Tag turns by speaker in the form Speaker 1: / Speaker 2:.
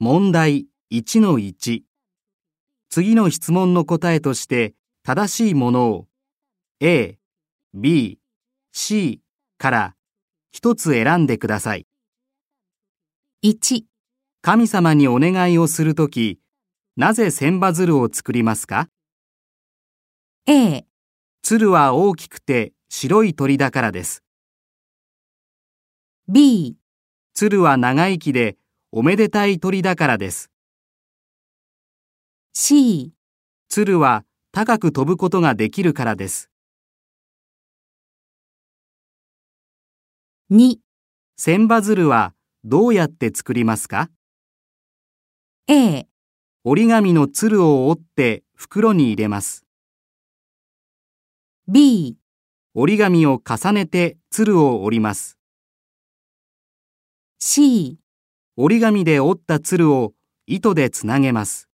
Speaker 1: 問題1-1次の質問の答えとして正しいものを A、B、C から一つ選んでください。
Speaker 2: 1、
Speaker 1: 神様にお願いをするとき、なぜ千羽鶴を作りますか
Speaker 2: A、
Speaker 1: 鶴は大きくて白い鳥だからです。
Speaker 2: B、
Speaker 1: 鶴は長生きでおめでたい鳥だからです。
Speaker 2: C、
Speaker 1: 鶴は高く飛ぶことができるからです。
Speaker 2: 2、
Speaker 1: 千羽鶴はどうやって作りますか
Speaker 2: A、
Speaker 1: 折り紙の鶴を折って袋に入れます。
Speaker 2: B、
Speaker 1: 折り紙を重ねて鶴を折ります。
Speaker 2: C。
Speaker 1: 折り紙で折った鶴を糸でつなげます。